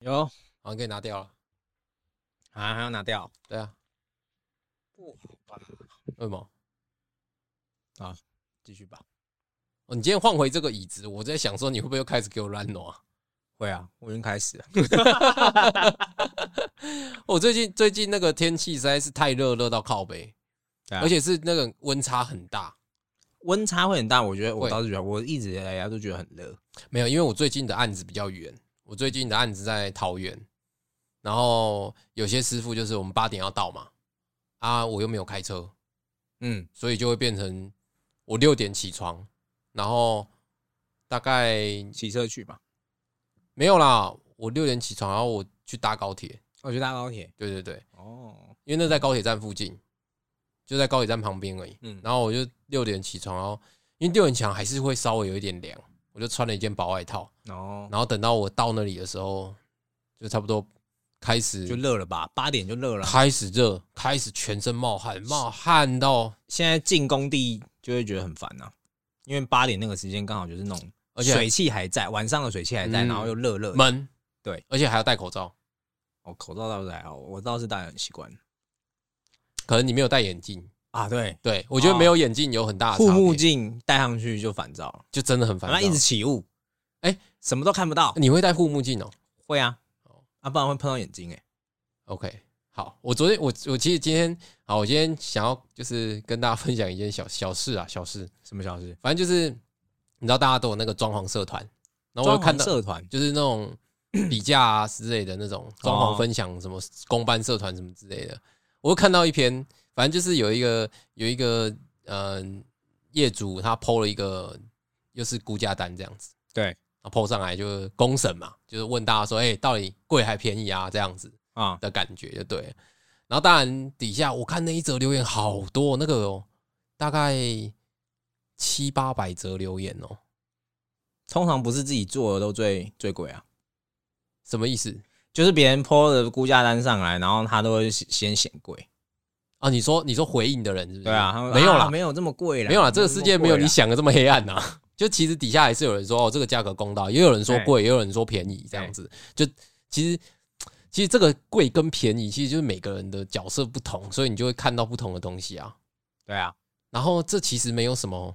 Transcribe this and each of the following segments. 有好像给你拿掉了。啊，还要拿掉对啊，不好吧？为什么？啊继续吧。哦，你今天换回这个椅子，我在想说你会不会又开始给我乱挪 啊？会啊，我已经开始了。我、最近最近那个天气实在是太热，热到靠背，对啊而且是那个温差很大。温差会很大，我觉得我会倒是觉得，我一直以来都觉得很热。没有，因为我最近的案子比较远，我最近的案子在桃园，然后有些师傅就是我们八点要到嘛，啊，我又没有开车，嗯，所以就会变成我六点起床，然后大概骑车去吧。没有啦，我六点起床，然后我去搭高铁，我去搭高铁。对对对，哦，因为那在高铁站附近，就在高铁站旁边而已。嗯，然后我就六点起床，然后因为六点起床还是会稍微有一点凉，我就穿了一件薄外套，哦，然后等到我到那里的时候，就差不多开就始热了吧？八点就热了啊。开始热，开始全身冒汗，冒汗到现在进工地就会觉得很烦呐、因为八点那个时间刚好就是那种，而且水汽还在，晚上的水汽还在，嗯然后又热热的。闷，对，而且还要戴口罩，哦，口罩倒是还好，我倒是戴得很习惯可能你没有戴眼镜。啊。对，对，我觉得没有眼镜有很大的护差目别，镜戴上去就烦躁了，就真的很烦反躁。正一直起雾，哎什么都看不到。你会戴护目镜哦会啊，啊，不然会碰到眼睛哎、 ？OK，好，我昨天我我其实今天好，我今天想要就是跟大家分享一件小小事啊，小事，什么小事？反正就是你知道大家都有那个装潢社团，然后我就装潢看到社团就是那种比价啊之类的那种装潢分享什么公办社团什么之类的，我就看到一篇，反正就是有一个有一个嗯、业主他 PO 了一个又是估价单这样子，对然后 PO 上来就是公审嘛，就是问大家说，哎、到底贵还便宜啊这样子啊，的感觉就对了。然后当然底下我看那一则留言好多，那个、哦、大概七八百则留言哦，通常不是自己做的都最最贵啊，什么意思？就是别人 PO 的估价单上来，然后他都会先显贵。啊，你说你说回应的人是不是？对啊，他们没有啦，啊没有这么贵啦，没有啦，这个世界没有这么贵你啦想的这么黑暗呐、 就其实底下还是有人说哦，这个价格公道，也有人哎说贵，也有人说便宜，这样子。就其实其实这个贵跟便宜，其实就是每个人的角色不同，所以你就会看到不同的东西啊。对啊，然后这其实没有什么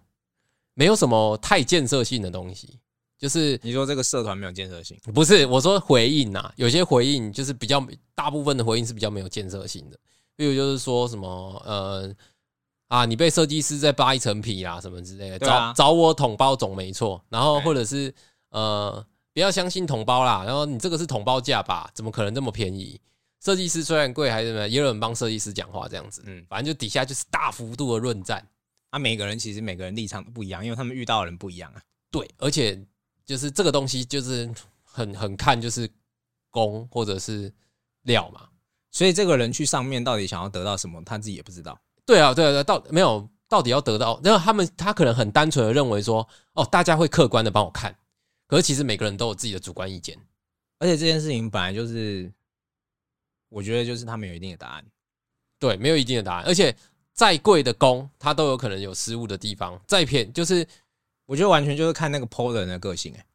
没有什么太建设性的东西，就是你说这个社团没有建设性，不是我说回应呐、有些回应就是比较大部分的回应是比较没有建设性的，例如就是说什么呃啊，你被设计师再扒一层皮啦什么之类的，对啊找找我统包总没错，然后对或者是呃不要相信统包啦，然后你这个是统包价吧，怎么可能这么便宜？设计师虽然贵还是什么，也有人帮设计师讲话这样子，嗯，反正就底下就是大幅度的论战，啊，每个人其实每个人立场都不一样，因为他们遇到的人不一样啊。对，而且就是这个东西就是很很看就是工或者是料嘛。所以这个人去上面到底想要得到什么，他自己也不知道。对啊，对啊，对啊到没有到底要得到，然后他们他可能很单纯的认为说，哦，大家会客观的帮我看，可是其实每个人都有自己的主观意见。而且这件事情本来就是，我觉得就是他们有一定的答案。对，没有一定的答案，而且再贵的工，它都有可能有失误的地方。再便就是我觉得完全就是看那个 PO 的人的个性、哎，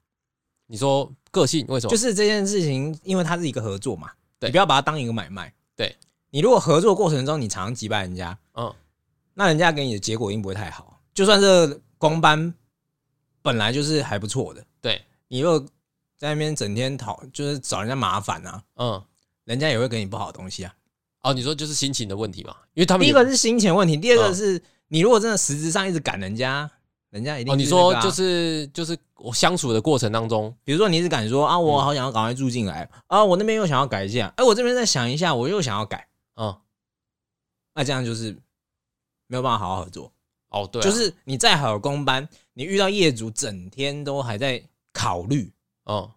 你说个性为什么？就是是这件事情，因为它是一个合作嘛，对你不要把它当一个买卖。对，你如果合作过程中你常常击败人家，嗯，那人家给你的结果一定不会太好。就算是光班本来就是还不错的，对，你如果在那边整天讨，就是找人家麻烦啊，嗯，人家也会给你不好的东西啊。哦，你说就是心情的问题嘛，因为他们也第一个是金钱问题，第二个嗯是、你如果真的实质上一直赶人家，人家一定、哦，你说就，是就是我相处的过程当中，啊比如说你一直赶说啊，嗯我好想要赶快住进来、啊，我那边又想要改一下，哎、我这边再想一下，我又想要改，嗯，那这样就是没有办法好好合作。哦，对啊、就是你再好的公班，你遇到业主整天都还在考虑，嗯，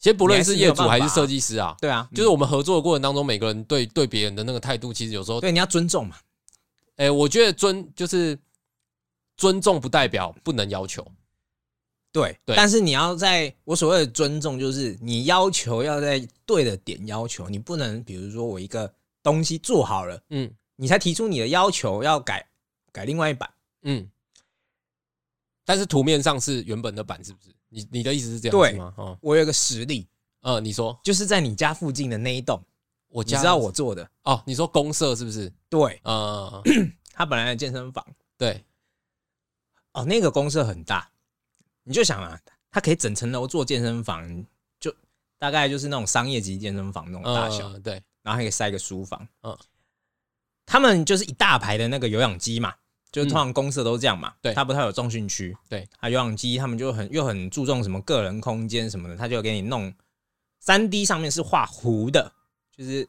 先不论是业主还是设计师啊，对啊，就是我们合作的过程当中，每个人对对别人的那个态度，其实有时候，对你要尊重嘛，哎，我觉得尊就是尊重，不代表不能要求。对，对但是你要在我所谓的尊重，就是你要求要在对的点要求，你不能比如说我一个东西做好了。嗯你才提出你的要求要改改另外一版。嗯，但是图面上是原本的版，是不是？你你的意思是这样对子吗？哦我有一个实例，呃，你说就是在你家附近的那一栋，我你家知道我做的，哦，你说公社是不是？对， 呃，它本来的健身房对，哦，那个公社很大，你就想啊，它可以整层楼做健身房，就大概就是那种商业级健身房那种大小，呃，对，然后还可以塞个书房，嗯嗯，他们就是一大排的那个有氧机嘛。就是通常公社都这样嘛，嗯对它不太有重训区，对，啊，有氧机他们就很又很注重什么个人空间什么的，他就给你弄三 D 上面是画弧的，就是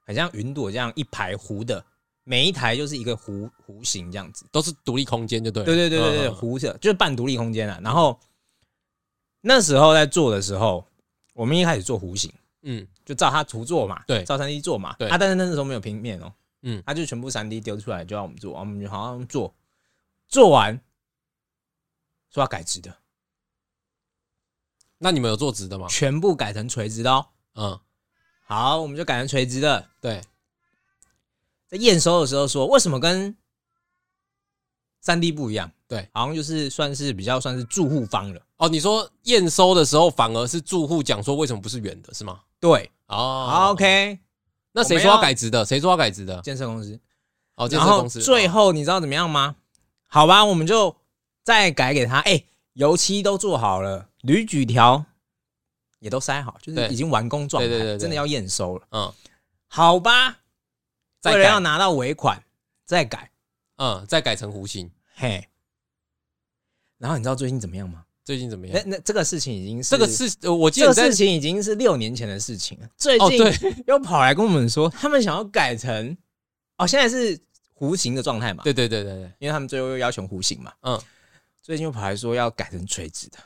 很像云朵这样一排弧的，每一台就是一个弧弧形这样子。都是独立空间就对了。对对对对对，嗯，弧的，就是半独立空间啊。然后那时候在做的时候，我们一开始做弧形，嗯，就照它图做嘛，对照三 D 做嘛，对啊，但是那时候没有平面哦、嗯他就全部三 D 丢出来就让我们做，啊我们就好像做，做完说要改直的，那你们有坐直的吗？全部改成垂直的哦、嗯，好，我们就改成垂直的，对，在验收的时候说，为什么跟三 D 不一样？对，好像就是算是比较算是住户方了。哦，你说验收的时候反而是住户讲说为什么不是圆的，是吗？对、哦好 OK，那谁说要改直的？谁说要改直的？建设公司。哦，建然设后公司。最后你知道怎么样吗？好吧，我们就再改给他。哎、油漆都做好了，铝矩条也都塞好，就是对已经完工状态，对对对对真的要验收了。嗯好吧，再为改了要拿到尾款，再改。嗯，再改成弧形。嘿，然后你知道最近怎么样吗？最近怎么那样？那这个事情已经是这个是，呃我记这得个你在事情已经是六年前的事情了。最哦，对近，又跑来跟我们说，他们想要改成哦，现在是弧形的状态嘛？对对对对对，因为他们最后又要求弧形嘛，嗯，最近又跑来说要改成垂直的，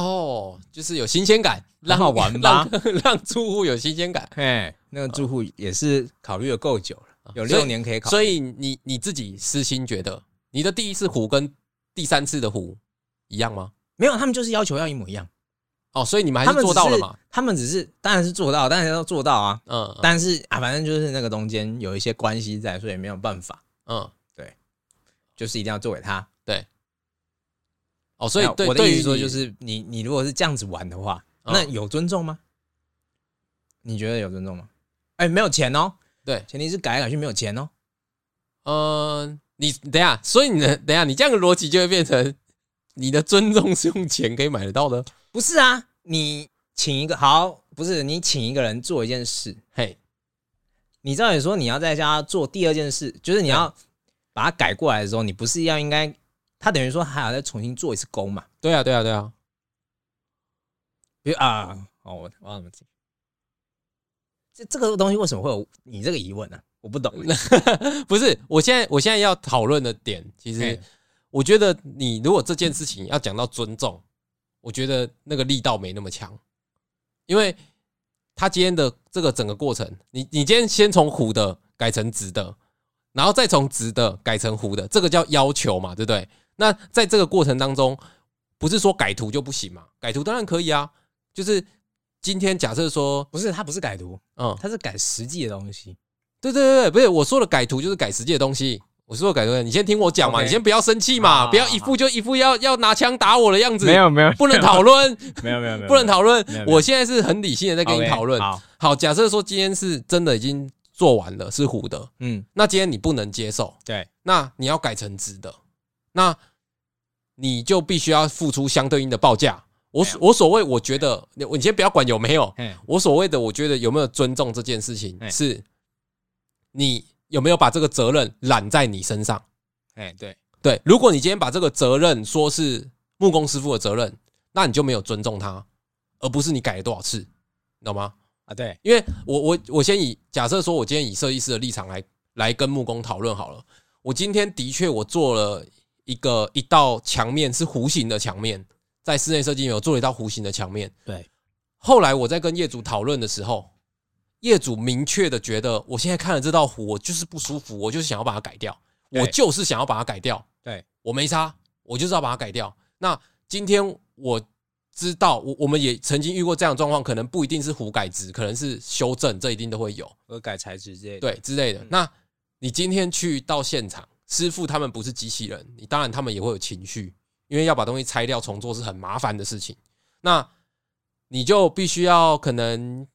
哦，就是有新鲜感，很让好玩吧？让 让住户有新鲜感。嘿，那个住户也是考虑的够久了，有哦所以六年可以考虑，所以你你自己私心觉得，你的第一次壶跟第三次的壶一样吗？没有，他们就是要求要一模一样，哦，所以你们还他是们做到了嘛？？他们只是当然是做到，当然要做到啊，嗯嗯但是啊，反正就是那个中间有一些关系在，所以没有办法，嗯，就是一定要做给他。哦，所以那对我的对意于思说，你就是你你如果是这样子玩的话，嗯那有尊重吗？你觉得有尊重吗？哎，没有钱哦，对，前提是改来改去没有钱哦。嗯，你等一下，所以你的等一下，你这样的逻辑就会变成你的尊重是用钱可以买得到的。不是啊，你请一个好，不是你请一个人做一件事，嘿，你照理说你要在家做第二件事，就是你要把它改过来的时候，你不是要应该，他等于说还要再重新做一次工嘛？对啊，对啊，对啊，比如啊，哦，我我要怎么讲？这这个东西为什么会有你这个疑问呢、我 不懂欸、不是，我现在我现在要讨论的点，其实嘿我觉得你如果这件事情要讲到尊重，我觉得那个力道没那么强，因为他今天的这个整个过程，你你今天先从弧的改成直的，然后再从直的改成弧的，这个叫要求嘛，对不对？那在这个过程当中，不是说改图就不行嘛？改图当然可以啊，就是今天假设说，不是，他不是改图，嗯，他是改实际的东西。对对对对，不是我说的改图就是改实际的东西。我说的改图，你先听我讲嘛 OK 你先不要生气嘛好不要一副就一副要要拿枪打我的样子，，有没有不能讨论，没有没有没不能讨论没有。没有我现在是很理性的在跟你讨论。好，好，假设说今天是真的已经做完了，是糊的，嗯，那今天你不能接受，对，那你要改成直的，那你就必须要付出相对应的报价。我所我所谓我觉得，你你先不要管有没有，嗯我所谓的，我觉得有没有尊重这件事情，哎是你有没有把这个责任揽在你身上？哎，对，对，如果你今天把这个责任说是木工师傅的责任，那你就没有尊重他，而不是你改了多少次，你懂吗？啊对，因为我我我先以假设说，我今天以设计师的立场来来跟木工讨论好了。我今天的确我做了一个一道墙面是弧形的墙面，在室内设计里面我做了一道弧形的墙面。对，后来我在跟业主讨论的时候，业主明确的觉得，我现在看了这道湖，我就是不舒服，我就是想要把它改掉，对我就是想要把它改掉，对我没差，我就是要把它改掉。那今天我知道，我我们也曾经遇过这样的状况，可能不一定是湖改值，可能是修正，这一定都会有。我改材质之类的，嗯对之类的。那你今天去到现场，师傅他们不是机器人，你当然他们也会有情绪，因为要把东西拆掉重做是很麻烦的事情。那你就必须要可能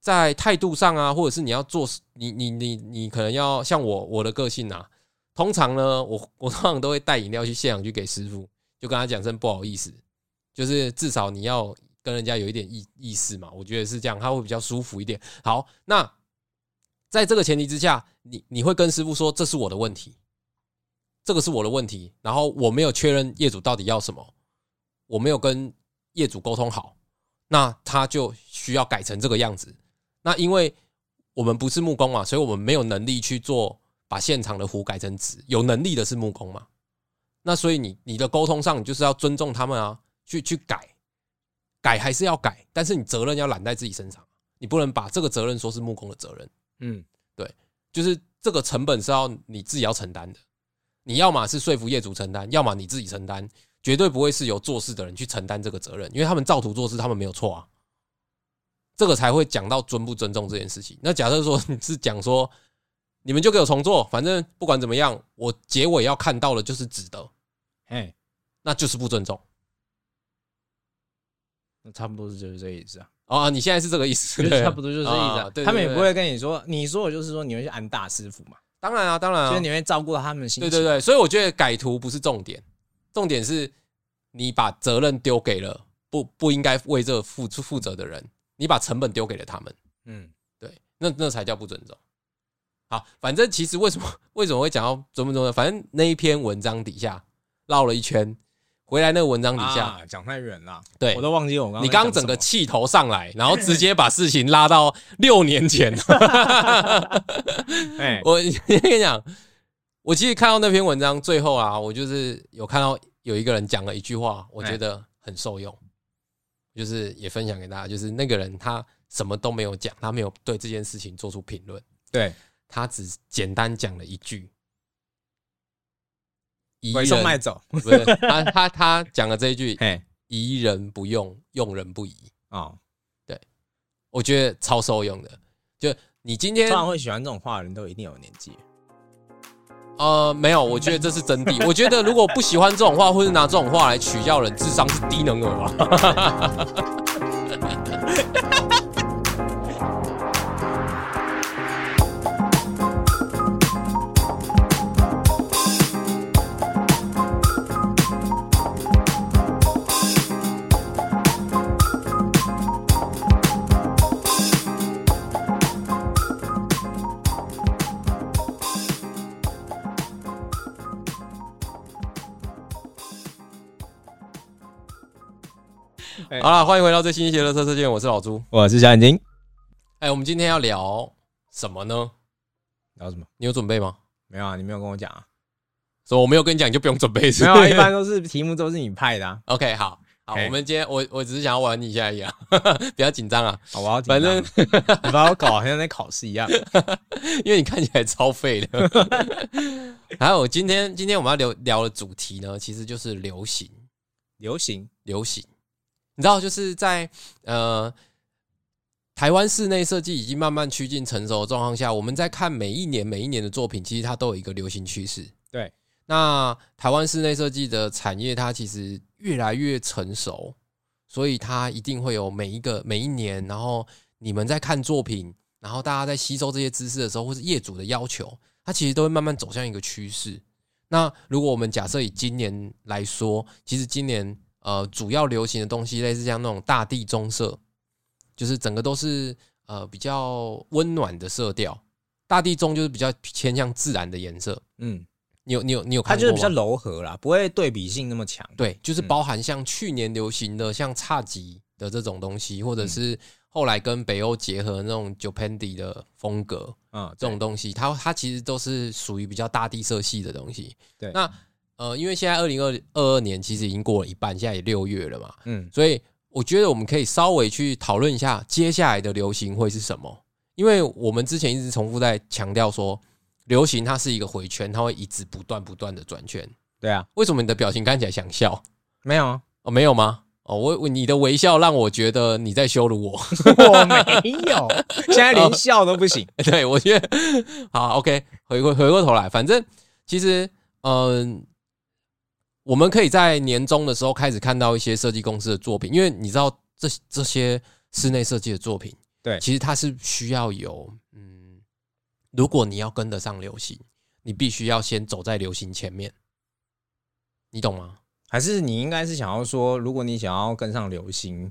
在态度上啊，或者是你要做事，你你你你可能要像我我的个性啊，通常呢，我我通常都会带饮料去现场去给师傅，就跟他讲声不好意思，就是至少你要跟人家有一点意意识嘛，我觉得是这样，他会比较舒服一点。好，那在这个前提之下，你你会跟师傅说这是我的问题，这个是我的问题，然后我没有确认业主到底要什么，我没有跟业主沟通好，那他就需要改成这个样子。那因为我们不是木工嘛，所以我们没有能力去做把现场的壶改成纸，有能力的是木工嘛。那所以你你的沟通上，你就是要尊重他们啊，去去改，改还是要改，但是你责任要揽在自己身上，你不能把这个责任说是木工的责任。嗯，就是这个成本是要你自己要承担的。你要么是说服业主承担，要么你自己承担，绝对不会是由做事的人去承担这个责任，因为他们照图做事，他们没有错啊。这个才会讲到尊不尊重这件事情。那假设说你是讲说，你们就给我重做，反正不管怎么样，我结尾要看到的就是值得，哎，那就是不尊重那差不多就是这个意思啊，哦啊！你现在是这个意思，就是对差不多就是这个意思啊啊对对。他们也对不会跟你说，你说我就是说你会去按大师傅嘛，当然啊，当然啊，就是你会照顾到他们的心对情。对对，所以我觉得改图不是重点，重点是你把责任丢给了不不应该为这负负责的人，你把成本丢给了他们，嗯，对，那那才叫不尊重。好，反正其实为什么为什么会讲到尊不尊重？反正那一篇文章底下绕了一圈，回来那个文章底下，啊讲太远了，对我都忘记我刚你刚刚在讲整个什么气头上来，然后直接把事情拉到六年前。 哎，我 跟你讲，我其实看到那篇文章最后啊，我就是有看到有一个人讲了一句话，我觉得很受用，就是也分享给大家。就是那个人他什么都没有讲，他没有对这件事情做出评论，对，他只简单讲了一句：“疑回送人卖走，不是他 他他讲了这一句哎， ‘疑人不用，用人不疑哦，’，我觉得超受用的。就你今天通常会喜欢这种话的人都一定有年纪，呃，没有，我觉得这是真 谛。我觉得如果不喜欢这种话，或是拿这种话来取笑人，智商是低能儿吧。对好了，欢迎回到最新一期的《乐色车见》，我是老朱。我是小眼睛，哎、我们今天要聊什么呢？聊什么？你有准备吗？没有啊，你没有跟我讲啊， 所以我没有跟你讲，你就不用准备是没不有是啊，一般都是题目都是你派的啊， OK，好好，嘿我们今天我我只是想要玩你一下而已啊， 不要紧张啊，好哦我要紧反张正 你把我搞得好像在考试一样，因为你看起来超废的。 还有今天今天我们要聊聊的主题呢，其实就是流行。流行流行。你知道，就是在呃台湾室内设计已经慢慢趋近成熟的状况下，我们在看每一年每一年的作品，其实它都有一个流行趋势。对，那台湾室内设计的产业，它其实越来越成熟，所以它一定会有每一个每一年，然后你们在看作品，然后大家在吸收这些知识的时候，或是业主的要求，它其实都会慢慢走向一个趋势。那如果我们假设以今年来说，其实今年呃主要流行的东西，类似像那种大地棕色，就是整个都是呃比较温暖的色调。大地棕就是比较偏向自然的颜色。嗯，你有你有你有它看就过是吗？比较柔和啦，不会对比性那么强。对，就是嗯包含像去年流行的像侘寂的这种东西，或嗯者是后来跟北欧结合那种 Japandi 的风格，嗯，这种东西，它它其实都是属于比较大地色系的东西。对那呃，因为现在二零二二二年其实已经过了一半，现在也六月了嘛，嗯所以我觉得我们可以稍微去讨论一下接下来的流行会是什么，因为我们之前一直重复在强调说，流行它是一个回圈，它会一直不断不断的转圈。对啊，为什么你的表情看起来想笑？没有啊，哦，没有吗？哦，我我你的微笑让我觉得你在羞辱 我。我没有，现在连笑都不行。 对，我觉得好，OK，回过回过头来，反正其实，嗯、我们可以在年终的时候开始看到一些设计公司的作品，因为你知道这这些室内设计的作品，对其实它是需要有，嗯，如果你要跟得上流行，你必须要先走在流行前面，你懂吗？还是你应该是想要说，如果你想要跟上流行，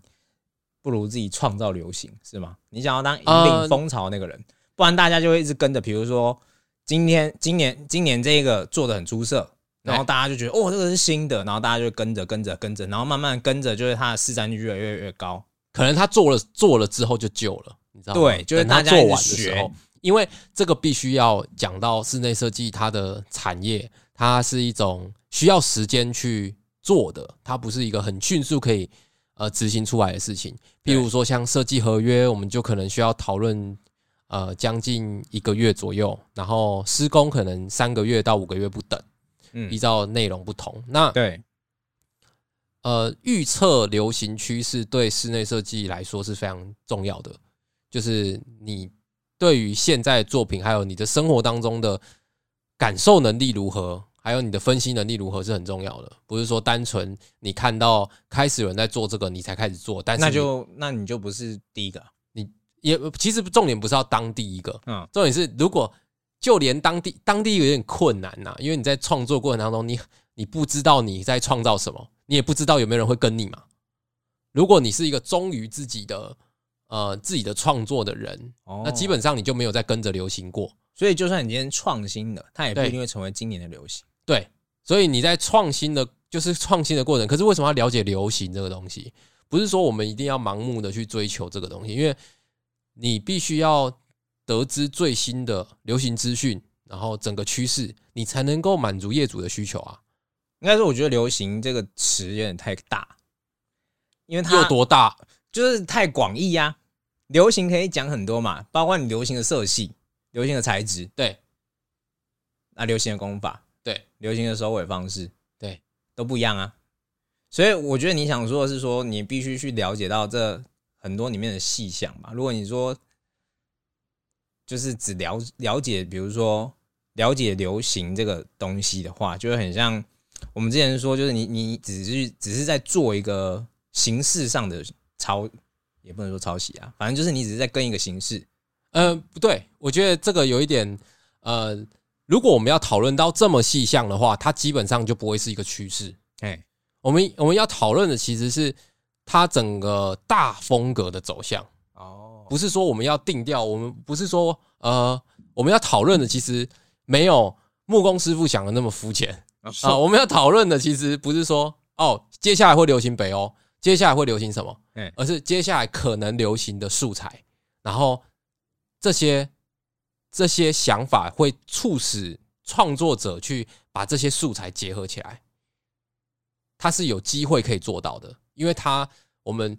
不如自己创造流行，是吗？你想要当引领呃风潮那个人，不然大家就会一直跟着。比如说，今天、今年、今年这个做的很出色，然后对大家就觉得哦，这个是新的，然后大家就跟着、跟着、跟着，然后慢慢跟着，就是它的市占率越来越越高。可能他做了做了之后就旧了，你知道吗？对就是等他大家做一直完的时学候，因为这个必须要讲到室内设计它的产业，它是一种需要时间去做的，它不是一个很迅速可以呃执行出来的事情。譬对如说像设计合约，我们就可能需要讨论呃将近一个月左右，然后施工可能三个月到五个月不等，嗯依，照内容不同。那对，呃，预测流行趋势对室内设计来说是非常重要的，就是你对于现在的作品，还有你的生活当中的感受能力如何，还有你的分析能力如何是很重要的。不是说单纯你看到开始有人在做这个，你才开始做，但是那你就那你就不是第一个，也其实重点不是要当第一个，嗯，重点是如果就连当地当地有点困难呐、因为你在创作过程当中，你你不知道你在创造什么，你也不知道有没有人会跟你嘛。如果你是一个忠于自己的呃自己的创作的人，哦那基本上你就没有再跟着流行过。所以就算你今天创新了，它也不对一定会成为今年的流行。对，所以你在创新的，就是创新的过程。可是为什么要了解流行这个东西？不是说我们一定要盲目的去追求这个东西，因为你必须要得知最新的流行资讯，然后整个趋势，你才能够满足业主的需求啊。应该说，我觉得“流行”这个词有点太大，因为它有多大？就是太广义呀、流行可以讲很多嘛，包括你流行的色系、流行的材质、对啊、流行的功法、对，流行的收尾方式，对，都不一样啊。所以我觉得你想说的是说，你必须去了解到这很多里面的细项吧。如果你说就是只了了解，比如说了解流行这个东西的话，就会很像我们之前说，就是你你只是只是在做一个形式上的抄，也不能说抄袭啊，反正就是你只是在跟一个形式。呃，不对，我觉得这个有一点，呃，如果我们要讨论到这么细项的话，它基本上就不会是一个趋势。哎，我们我们要讨论的其实是它整个大风格的走向。哦，不是说我们要定调，我们不是说呃，我们要讨论的其实没有木工师傅想的那么肤浅啊、哦我们要讨论的其实不是说哦，接下来会流行北欧，接下来会流行什么嗯，而是接下来可能流行的素材，然后这些这些想法会促使创作者去把这些素材结合起来，它是有机会可以做到的，因为它我们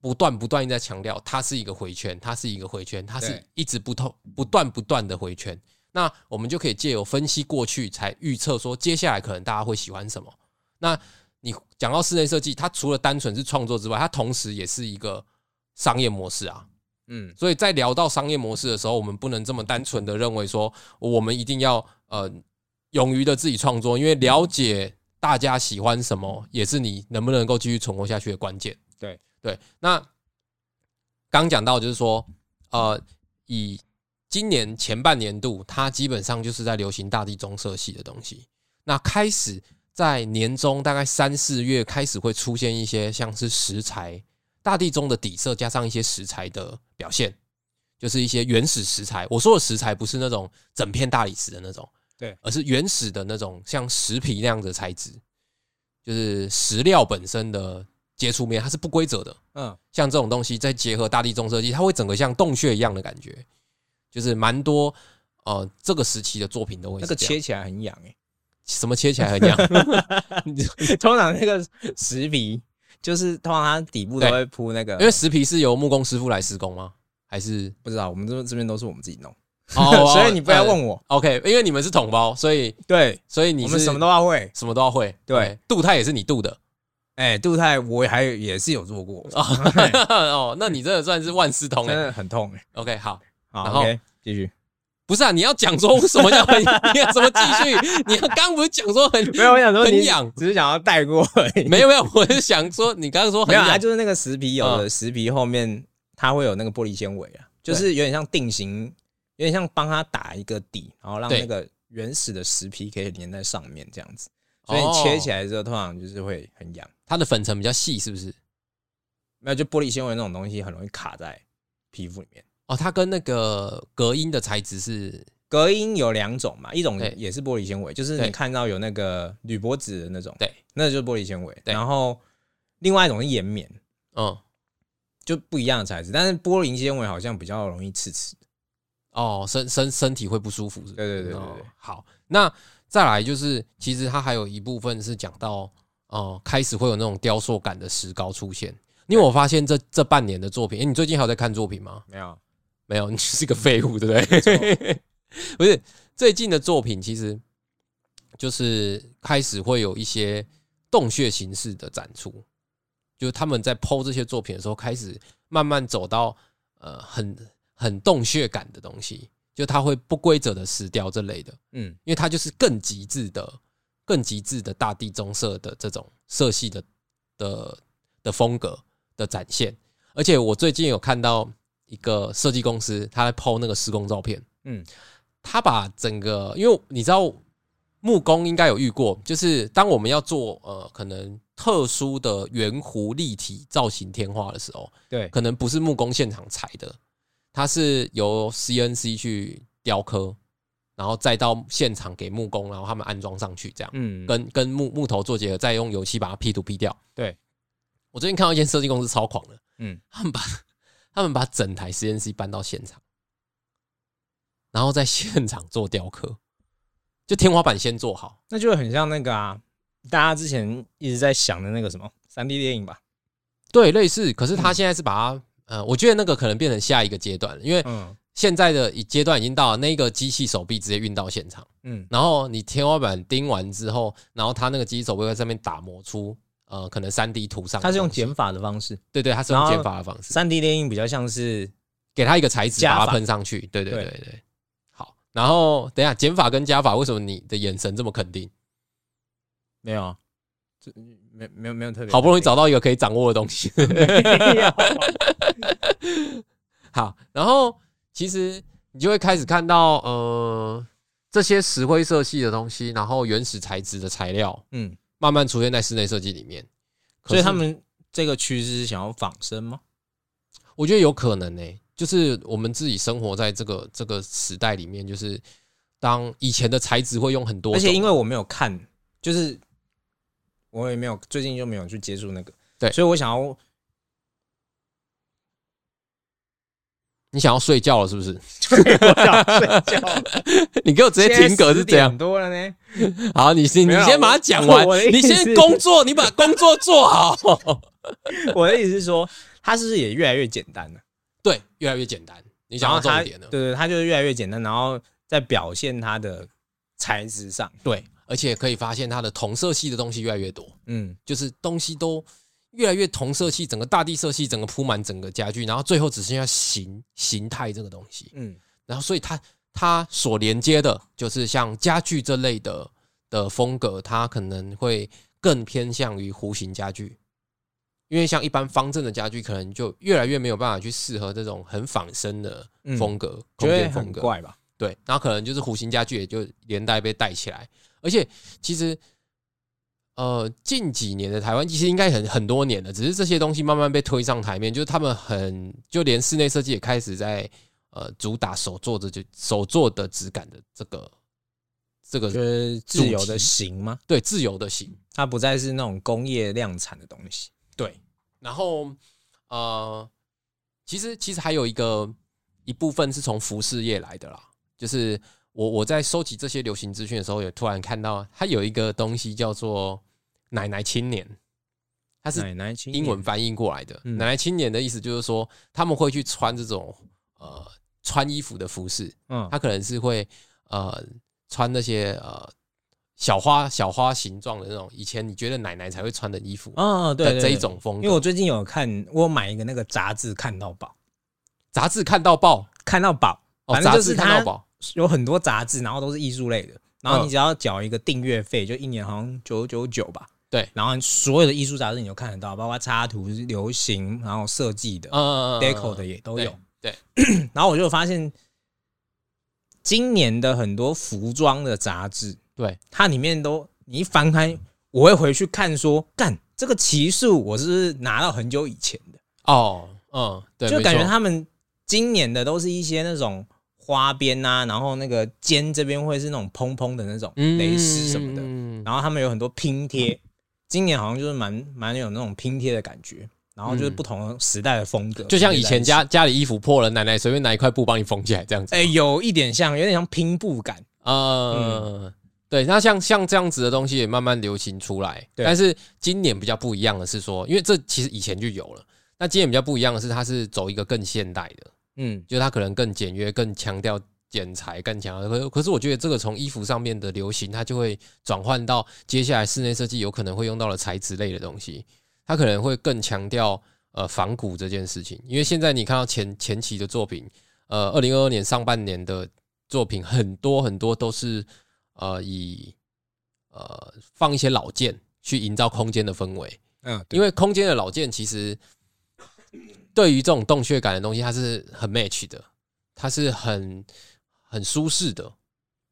不断不断地在强调，它是一个回圈，它是一个回圈，它是对一直不透不断不断的回圈。那我们就可以借由分析过去，才预测说接下来可能大家会喜欢什么。那你讲到室内设计，它除了单纯是创作之外，它同时也是一个商业模式啊。嗯，所以在聊到商业模式的时候，我们不能这么单纯的认为说我们一定要呃勇于的自己创作，因为了解大家喜欢什么，也是你能不能够继续存活下去的关键。对对，那刚讲到就是说，呃，以今年前半年度，它基本上就是在流行大地棕色系的东西。那开始在年中大概三四月开始会出现一些像是石材大地中的底色加上一些石材的表现，就是一些原始石材。我说的石材不是那种整片大理石的那种，对而是原始的那种像石皮那样的材质，就是石料本身的接触面，它是不规则的。嗯，像这种东西，再结合大地中设计，它会整个像洞穴一样的感觉，就是蛮多呃这个时期的作品都会那是个这样切起来很痒哎、什么切起来很痒， 通常那个石皮，就是通常它底部对都会铺那个，因为石皮是由木工师傅来施工吗？还 是不知道我们这这边都是我们自己弄，哦所以你不要问我。我。 OK，因为你们是同胞，所以对，所以你我是们什么都要会。什么都要会。对哎，镀它也是你镀的哎，镀钛我还有也是有做过， 哦，那你真的算是万事通真哎。的很痛哎。 OK，好，好然后，OK，继续。不是啊，你要讲说什么叫很， 你要怎么继续？你要刚不是讲说很没有，我想说很你痒？只是想要带过而 已。没有没有，我是想说你刚刚说没很有啊，它痒，就是那个石皮有嗯的石皮后面它会有那个玻璃纤维啊，就是有点像定型，有点像帮它打一个底，然后让对那个原始的石皮可以粘在上面这样子。哦所以你切起来，来之后，通常就是会很痒。它的粉尘比较细，是不是？没有，就玻璃纤维那种东西很容易卡在皮肤里面。哦，它跟那个隔音的材质是隔音有两种嘛，一种对也是玻璃纤维，就是对你看到有那个铝箔纸的那种，对，那就是玻璃纤维。对然后另外一种是岩棉，嗯就不一样的材质，但是玻璃纤维好像比较容易刺刺。哦，身身身体会不舒服是不是对对对对哦对好，那再来就是，其实它还有一部分是讲到，哦、开始会有那种雕塑感的石膏出现。因为我发现这这半年的作品，诶，你最近还有在看作品吗？没 有，没有，你 就是个废物，对 不对？不是，最近的作品其实就是开始会有一些洞穴形式的展出，就是他们在剖这些作品的时候，开始慢慢走到呃很很洞穴感的东西，就它会不规则的石雕这类的，嗯，因为它就是更极致的、更极致的大地棕色的这种色系的的的风格的展现。而且我最近有看到一个设计公司，他在抛那个施工照片，嗯，他把整个，因为你知道木工应该有遇过，就是当我们要做呃可能特殊的圆弧立体造型天花的时候，对，可能不是木工现场裁的，它是由 CNC 去雕刻，然后再到现场给木工，然后他们安装上去，这样、嗯，跟跟木木头做结合，再用油漆把它 P 图 P 掉。对，我最近看到一间设计公司超狂的，嗯，他们把他们把整台 CNC 搬到现场，然后在现场做雕刻，就天花板先做好，那就很像那个啊，大家之前一直在想的那个什么三 D 电影吧？对，类似。可是他现在是把它，呃，我觉得那个可能变成下一个阶段了，因为嗯现在的已阶段已经到了那个机器手臂直接运到现场，嗯，然后你天花板钉完之后，然后它那个机器手臂会在上面打磨出呃可能三 D 图上的东西，它是用减法的方式，对对，它是然用后减法的方式，三 D 电影比较像是给它一个材质加把法它喷上去，对对对对对对，好。然后等一下减法跟加法，为什么你的眼神这么肯定？没有啊，这没没有没有特别，好不容易找到一个可以掌握的东西，没 有， 好，然后其实你就会开始看到，呃，这些石灰色系的东西，然后原始材质的材料，嗯，慢慢出现在室内设计里面。可所以是他，们这个趋势是想要仿生吗？我觉得有可能呢、欸就是我们自己生活在这个这个时代里面，就是当以前的材质会用很多种，而且因为我没有看，就是我也没有最近就没有去接触那个，对所以 我想要你想要睡觉了，是不是？ 我 想睡觉，你给我直接停格是这这样。多了呢，好，你先你没有啊先把它讲完我的，意你思先工作，你把工作做好。 我的意思是说，它是不是也越来越简单了？对，越来越简单。你然想后要它重点了对。对，它就是越来越简单，然后在表现它的材质上，对，而且可以发现它的同色系的东西越来越多，嗯，就是东西都越来越同色系，整个大地色系整个铺满整个家具，然后最后只剩下形形态这个东西。嗯，然后所以它它所连接的就是像家具这类的的风格，它可能会更偏向于弧形家具，因为像一般方正的家具，可能就越来越没有办法去适合这种很仿生的嗯风格、空觉得间风很格。怪吧？对，然后可能就是弧形家具也就连带被带起来，而且其实。呃，近几年的台湾其实应该很很多年了，只是这些东西慢慢被推上台面，就是他们很就连室内设计也开始在呃主打手做的就手做的质感的这个这就个是自由的型吗？对自由的型，它不再是那种工业量产的东西，对，然后呃，其实其实还有一个一部分是从服饰业来的啦，就是我我在收集这些流行资讯的时候，也突然看到它有一个东西叫做“奶奶青年”，它是奶奶青年英文，翻译过来的。嗯奶奶青年的意思就是说，他们会去穿这种呃穿衣服的服饰，嗯他可能是会呃穿那些呃小花小花形状的那种，以前你觉得奶奶才会穿的衣服啊，对的对这一对种风因格。为我最近有看，我有买一个那个杂志看到饱，杂志看到爆看到饱，哦，反正杂就是志看它到爆，有很多杂志，然后都是艺术类的，然后嗯你只要缴一个订阅费，就一年好像九九九吧。对，然后所有的艺术杂志你都看得到，包括插图、流行，然后设计的、嗯 deco 的也都有。对， 然后我就发现，今年的很多服装的杂志，对，它里面都你一翻开，我会回去看说，干这个奇数我是不是拿到很久以前的？哦，嗯，对，就没感觉错他们今年的都是一些那种花边啊，然后那个肩这边会是那种蓬蓬的那种蕾丝什么的，嗯然后他们有很多拼贴，今年好像就是蛮蛮有那种拼贴的感觉，然后就是嗯不同时代的风格，就像以前家，家家里衣服破了，奶奶随便拿一块布帮你缝起来这样子。哎、有一点像，有点像拼布感，嗯呃，对，那像像这样子的东西也慢慢流行出来，对但是今年比较不一样的是说，因为这其实以前就有了，那今年比较不一样的是，它是走一个更现代的，嗯，就是它可能更简约、更强调剪裁、更强调。可可是我觉得这个从衣服上面的流行，它就会转换到接下来室内设计有可能会用到的材质类的东西，它可能会更强调呃仿古这件事情。因为现在你看到前前期的作品，呃，二零二二年上半年的作品很多很多都是呃以呃放一些老件去营造空间的氛围。嗯，因为空间的老件其实对于这种洞穴感的东西，它是很 match 的，它是很很舒适的，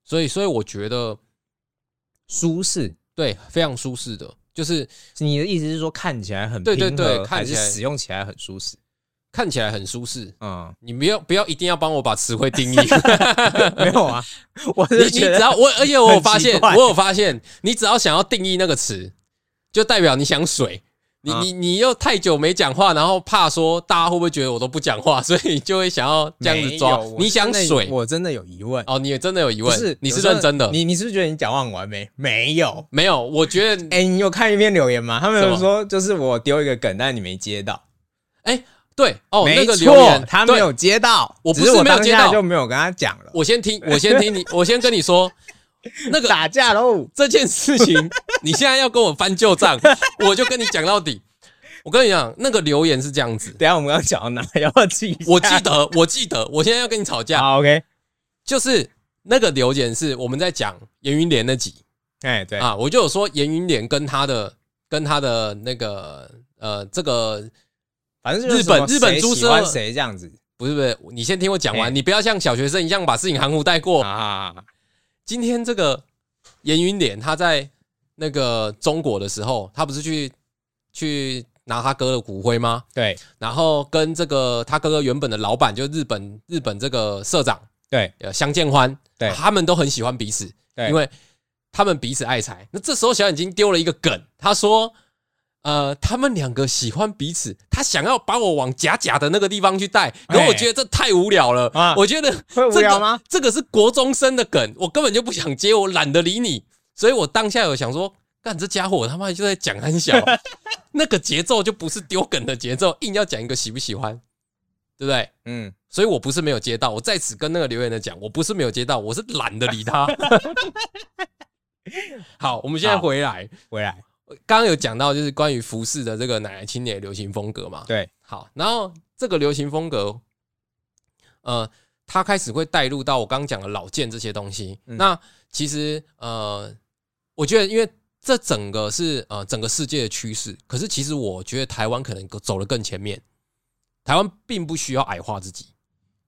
所以所以我觉得舒适。对非常舒适的，就是你的意思是说看起来很对对拼对合看还是起来使用起来很舒适？看起来很舒适。 ，嗯你不要不要一定要帮我把词汇 定义，没有啊，我你是你觉只得要我，而且我有发现很，奇怪我有发现，你只要想要定义那个词，就代表你想水。你啊你你又太久没讲话，然后怕说大家会不会觉得我都不讲话，所以就会想要这样子抓没有。我你想真的水，我真的有疑问。哦，你也真的有疑不问？是，你是有时候认真的？你你是不是觉得你讲话很完美？没有。没有？我觉得，哎、你有看一篇留言吗？他们什有么说，就是我丢一个梗，但你没接到。哎，对哦，没那个留错言，他没对有接到，我不只是是我没有当接下到就没有跟他讲了。我先听，我 先听你，我先跟你说，那个打架喽，这件事情， 你现在要跟我翻旧账， 我就跟你讲到底。我跟你讲，那个留言是这样 子，等一下我们要讲到哪？要不要记一下？我记得，我记得，我现在要跟你吵架，好，OK。就是那个留言是我们在讲严云莲那集哎，对，啊，我就有说严云莲跟他的跟他的那个呃，这个反正就是日本什么日本谁猪喜舍欢谁这样子不是不是，你先听我讲哎完，你不要像小学生一样把事情含糊带过。啊？今天这个严云莲他在那个中国的时候，他不是去去拿他哥的骨灰吗？对然后跟这个他哥哥原本的老板，就日本日本这个社长对呃相见欢，对他们都很喜欢彼此，对，因为他们彼此爱财。那这时候小眼睛丢了一个梗，他说：“呃，他们两个喜欢彼此，他想要把我往假假的那个地方去带。”可哎我觉得这太无聊了，啊我觉得会无这聊个吗？这个是国中生的梗，我根本就不想接，我懒得理你，所以我当下有想说，干这家伙他妈就在讲很 小，那个节奏就不是丢梗的节奏，硬要讲一个喜不喜欢，对不对？嗯，所以我不是没有接到，我在此跟那个留言的讲，我不是没有接到，我是懒得理 他。好，我们现在好回来，回来，刚刚有讲到就是关于服饰的这个奶奶青年流行风格嘛，对，好，然后这个流行风格，呃，它开始会带入到我刚刚讲的老件这些东西。嗯那其实呃，我觉得因为这整个是呃整个世界的趋势，可是其实我觉得台湾可能走得更前面。台湾并不需要矮化自己，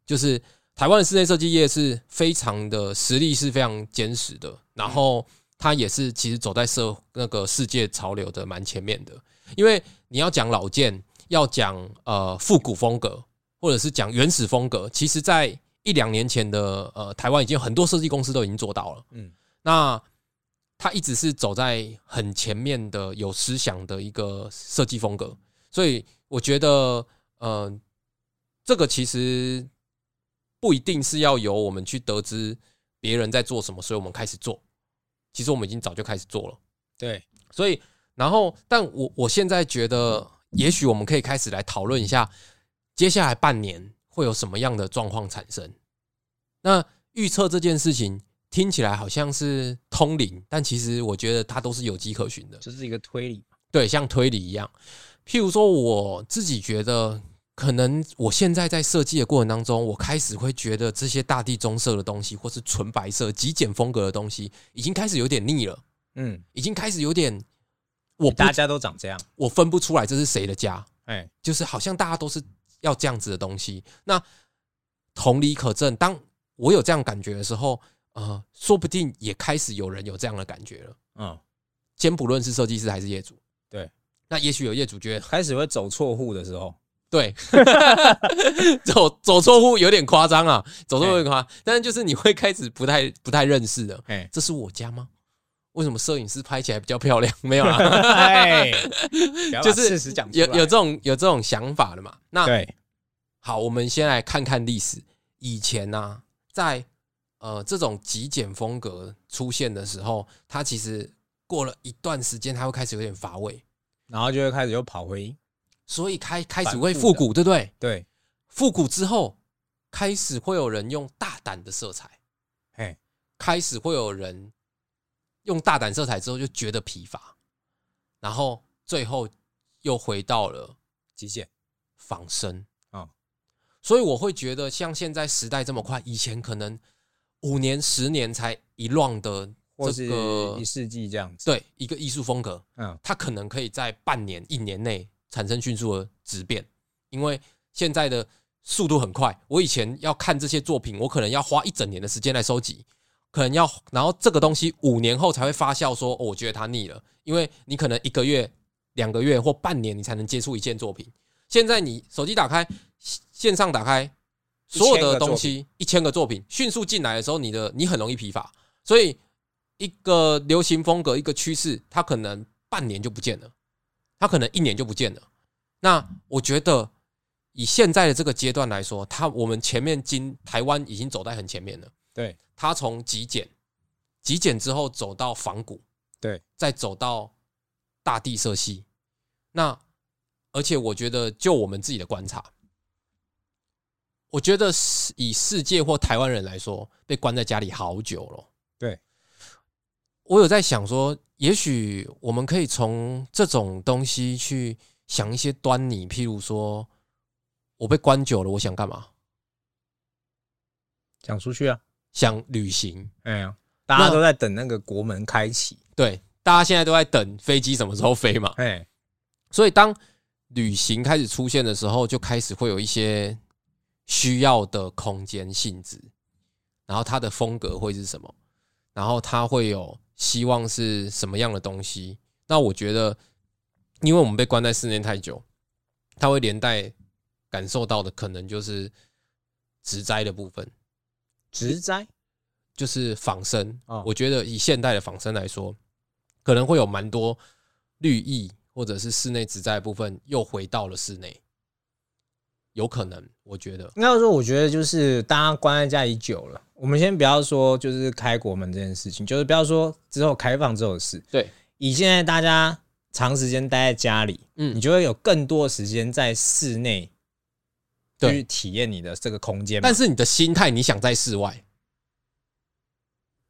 就是台湾的室内设计业是非常的实力是非常坚实的，然后它也是其实走在社那个世界潮流的蛮前面的，因为你要讲老件，要讲呃复古风格，或者是讲原始风格，其实在一两年前的呃台湾已经有很多设计公司都已经做到了，嗯嗯，那它一直是走在很前面的有思想的一个设计风格，所以我觉得呃这个其实不一定是要由我们去得知别人在做什么，所以我们开始做，其实我们已经早就开始做了。对，所以，然后，但我我现在觉得，也许我们可以开始来讨论一下，接下来半年会有什么样的状况产生。那预测这件事情听起来好像是通灵，但其实我觉得它都是有迹可循的。就是一个推理。对，像推理一样。譬如说，我自己觉得可能我现在在设计的过程当中，我开始会觉得这些大地棕色的东西，或是纯白色极简风格的东西，已经开始有点腻了，嗯，已经开始有点我不大家都长这样，我分不出来这是谁的家，哎，就是好像大家都是要这样子的东西。那同理可证，当我有这样感觉的时候，呃，说不定也开始有人有这样的感觉了。嗯，先不论是设计师还是业主，对，那也许有业主觉得开始会走错户的时候，对， 走走错户有点夸张啊，走错户有点夸张，但是就是你会开始不太不太认识的，，哎这是我家吗？为什么摄影师拍起来比较漂亮？ 没有啦， 哎，就就是是事实讲出有来有这种有这种想法的嘛？那对，好，我们先来看看历史。以前呢、在呃这种极简风格出现的时候，它其实过了一段时间，它会开始有点乏味，然后就会开始又跑回所以开开始反会复复的古，对不对？对，复古之后，开始会有人用大胆的色彩，哎，开始会有人用大胆色彩之后就觉得疲乏，然后最后又回到了极简，仿生啊哦。所以我会觉得，像现在时代这么快，以前可能五年、十年才一浪的或这是个一世纪这样子，对一个艺术风格，嗯，它可能可以在半年、一年内产生迅速的质变，因为现在的速度很快。我以前要看这些作品，我可能要花一整年的时间来收集，可能要，然后这个东西五年后才会发酵说、哦我觉得它腻了，因为你可能一个月、两个月或半年你才能接触一件作品。现在你手机打开，线线上打开，所有的东西一千个作品迅速进来的时候，你的你很容易疲乏，所以一个流行风格、一个趋势，它可能半年就不见了，它可能一年就不见了。那我觉得以现在的这个阶段来说，它我们前面经台湾已经走在很前面了。对，他从极简，极简之后走到仿古，对，再走到大地色系。那而且我觉得，就我们自己的观察，我觉得是以世界或台湾人来说，被关在家里好久了。对，我有在想说，也许我们可以从这种东西去想一些端倪，譬如说，我被关久了，我想干嘛？讲出去啊，想旅行，哎呀，大家都在等那个国门开启，对，大家现在都在等飞机什么时候飞 嘛，哎，所以当旅行开始出现的时候，就开始会有一些需要的空间性质，然后它的风格会是什么，然后它会有希望是什么样的东西。那我觉得，因为我们被关在室内太久，它会连带感受到的可能就是植栽的部分。植栽，就是仿生哦我觉得以现代的仿生来说，可能会有蛮多绿意或者是室内植栽的部分又回到了室内，有可能，我觉得，应该说，我觉得就是大家关在家里久了，我们先不要说就是开国门这件事情，就是不要说之后开放之后的事。对，以现在大家长时间待在家里，嗯你就会有更多的时间在室内对去体验你的这个空间嘛。但是你的心态，你想在室外，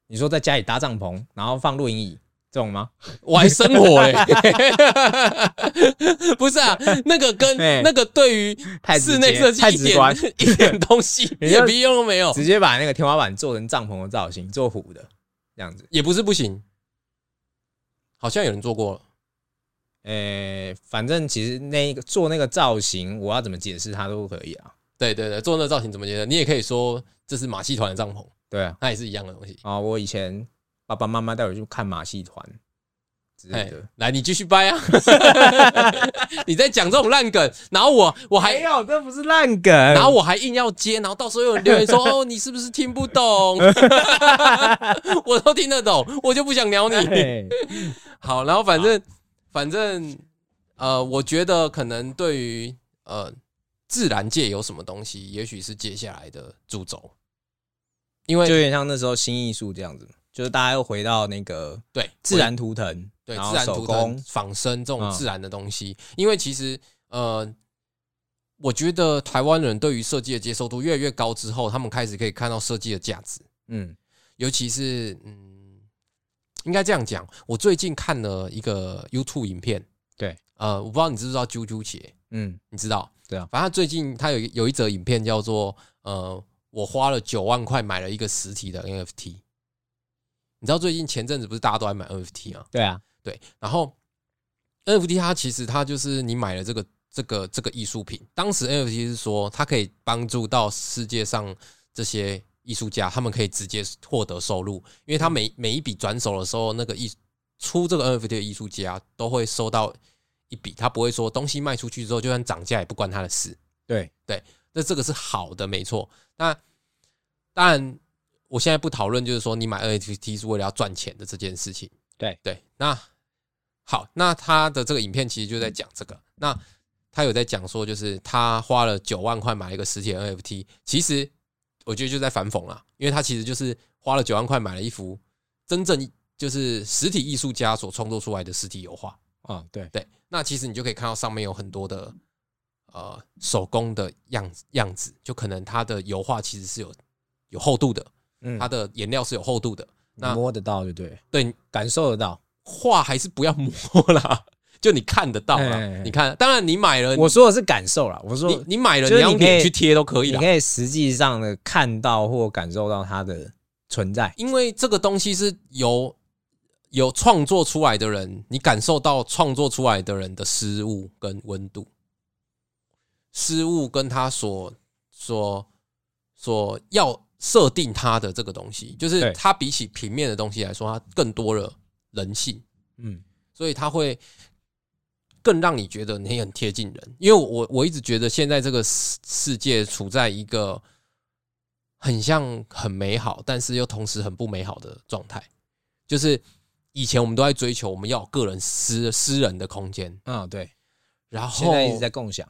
你说在家里搭帐篷，然后放露营椅这种吗？我还生活哎、 不是啊，那个跟哎那个对于太直接室内设计太一直观点一点东西 你就也屁用都没有， 直接把那个天花板做成帐篷的造型，做虎的这样子。也不是不行，好像有人做过了，诶、呃反正其实那个做那个造型，我要怎么解释它都可以啊。对对对，做那造型怎么觉得？你也可以说这是马戏团的帐篷。对啊，那也是一样的东西。啊，我以前爸爸妈妈带我去看马戏团之类哎的。，来，你继续掰啊！ 你在讲这种烂梗，然后我我还，有，这不是烂梗。然后我还硬要接，然后到时候有人留 言说：“哦，你是不是听不懂？” 我都听得懂，我就不想鸟你。 嘿好，然后反正反正呃，我觉得可能对于呃自然界有什么东西，也许是接下来的主轴，因就为有点像那时候新艺术这样子，就是大家又回到那个对自然图腾，对然自后然手图腾工，仿生这种嗯自然的东西，因为其实呃，我觉得台湾人对于设计的接受度越来越高之后，他们开始可以看到设计的价值，嗯，尤其是嗯，应该这样讲，我最近看了一个 YouTube 影片，对，呃，我不知道你知不知道啾啾姐，嗯，你知道？对啊，反正他最近他有一有一则影片叫做呃，我花了九万块买了一个实体的 NFT。你知道最近前阵子不是大家都在买 NFT 吗？对啊，对，然后 NFT 它其实它就是你买了这个这个这个艺术品，当时 NFT 是说它可以帮助到世界上这些艺术家，他们可以直接获得收入，因为他每每一笔转手的时候，那个艺出这个 NFT 的艺术家都会收到一笔，他不会说东西卖出去之后就算涨价也不关他的事，对，那这个是好的，没错。那当然，我现在不讨论，就是说你买 NFT 是为了要赚钱的这件事情。对对，那好，那他的这个影片其实就在讲这个。那他有在讲说，就是他花了九万块买了一个实体 NFT，其实我觉得就在反讽啦，因为他其实就是花了九万块买了一幅真正就是实体艺术家所创作出来的实体油画。啊，对，对，那其实你就可以看到上面有很多的呃手工的样子样子，就可能它的油画其实是有有厚度的，嗯它的颜料是有厚度的。你那摸得到，就对，对感受得到。画还是不要 摸啦，就你看得到哎哎啦哎。你看，当然你买了，我说的是感受啦，我说你你买了，就你是要你可以脸去贴都可以你啦。可以实际上的看到或感受到它的存在。因为这个东西是由有创作出来的人，你感受到创作出来的人的失误跟温度，失误跟他所所所要设定他的这个东西，就是对它比起平面的东西来说，它更多了人性，嗯，所以它会更让你觉得你很贴近人。因为我我一直觉得现在这个世世界处在一个很像很美好，但是又同时很不美好的状态。就是以前我们都在追求我们要有个人私私人的空间，啊，对，然后现在一直在共享。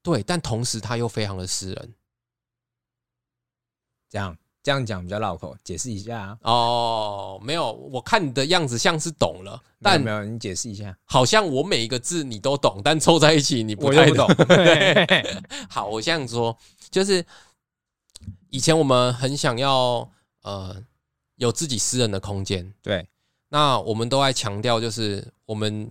对，但同时它又非常的私人这样这样讲比较绕口，解释一下啊。哦。没有，我看你的样子像是懂了，没有但没有，你解释一下，好像我每一个字你都懂，但凑在一起你不又太懂。 对， 对好，我这样说，就是以前我们很想要呃有自己私人的空间，对那我们都在强调，就是我们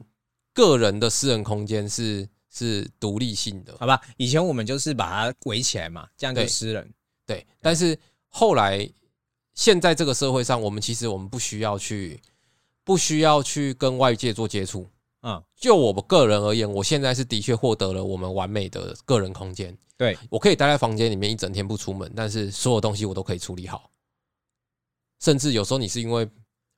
个人的私人空间是是独立性的，好吧。以前我们就是把它围起来嘛，这样就对私人。对。但是后来，现在这个社会上，我们其实我们不需要去不需要去跟外界做接触。嗯，就我个人而言，我现在是的确获得了我们完美的个人空间。对，我可以待在房间里面一整天不出门，但是所有东西我都可以处理好。甚至有时候你是因为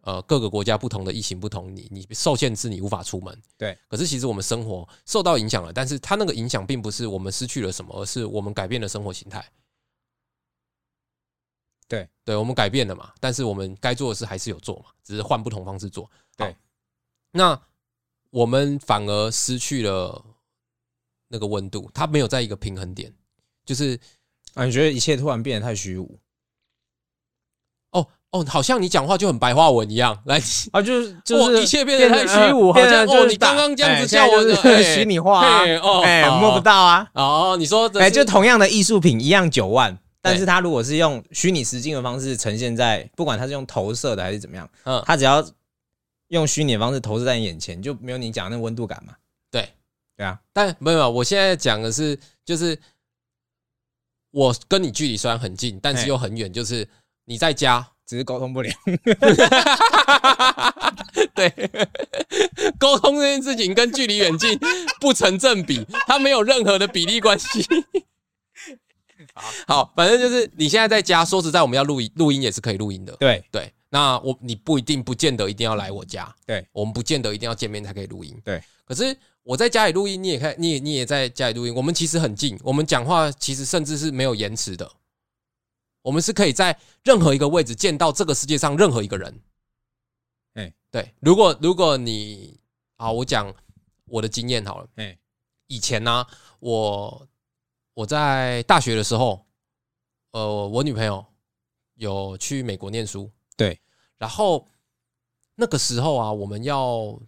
呃各个国家不同的疫情不同，你你受限制你无法出门。对，可是其实我们生活受到影响了，但是它那个影响并不是我们失去了什么，而是我们改变了生活形态。对，对我们改变了嘛，但是我们该做的事还是有做嘛，只是换不同方式做。好对，那我们反而失去了那个温度，它没有在一个平衡点，就是啊，你觉得一切突然变得太虚无哦哦，好像你讲话就很白话文一样。 来，啊？就是哇就是哦一切变得太虚无，好变像得哦，就是你刚刚这样子叫我哎现在就是虚拟化啊嘿哦，哎好摸不到啊。哦，你说哎，哎，就同样的艺术品一样九万，但对是它如果是用虚拟实境的方式呈现在，不管它是用投射的还是怎么样，嗯，它只要用虚拟的方式投射在你眼前，就没有你讲的那温度感嘛。对对啊，但没有，没有我现在讲的是，就是我跟你距离虽然很近，但是嘿又很远，就是你在家，只是沟通不了。 对，沟通这件事情跟距离远近不成正比，它没有任何的比例关系。好，反正就是你现在在家，说实在，我们要录音，录音也是可以录音的。对对，那我你不一定不见得一定要来我家，对我们不见得一定要见面才可以录音。对，可是我在家里录音，你也看，你也你也在家里录音，我们其实很近，我们讲话其实甚至是没有延迟的，我们是可以在任何一个位置见到这个世界上任何一个人。哎对，如果如果你好，我讲我的经验好了， 哎以前呢、我我在大学的时候，呃，我女朋友有去美国念书，对，然后那个时候啊，我们要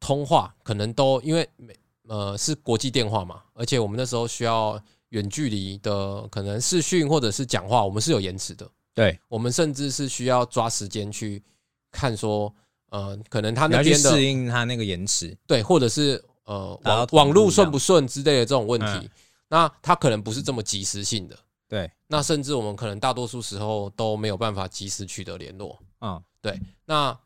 通话，可能都因为美呃是国际电话嘛，而且我们那时候需要远距离的，可能视讯或者是讲话，我们是有延迟的，对，我们甚至是需要抓时间去看说，呃，可能他你那要去边的适应它那个延迟。对，或者是呃达到网同步网路这样顺不顺之类的这种问题，嗯那它可能不是这么及时性的，对，那甚至我们可能大多数时候都没有办法及时取得联络。嗯，那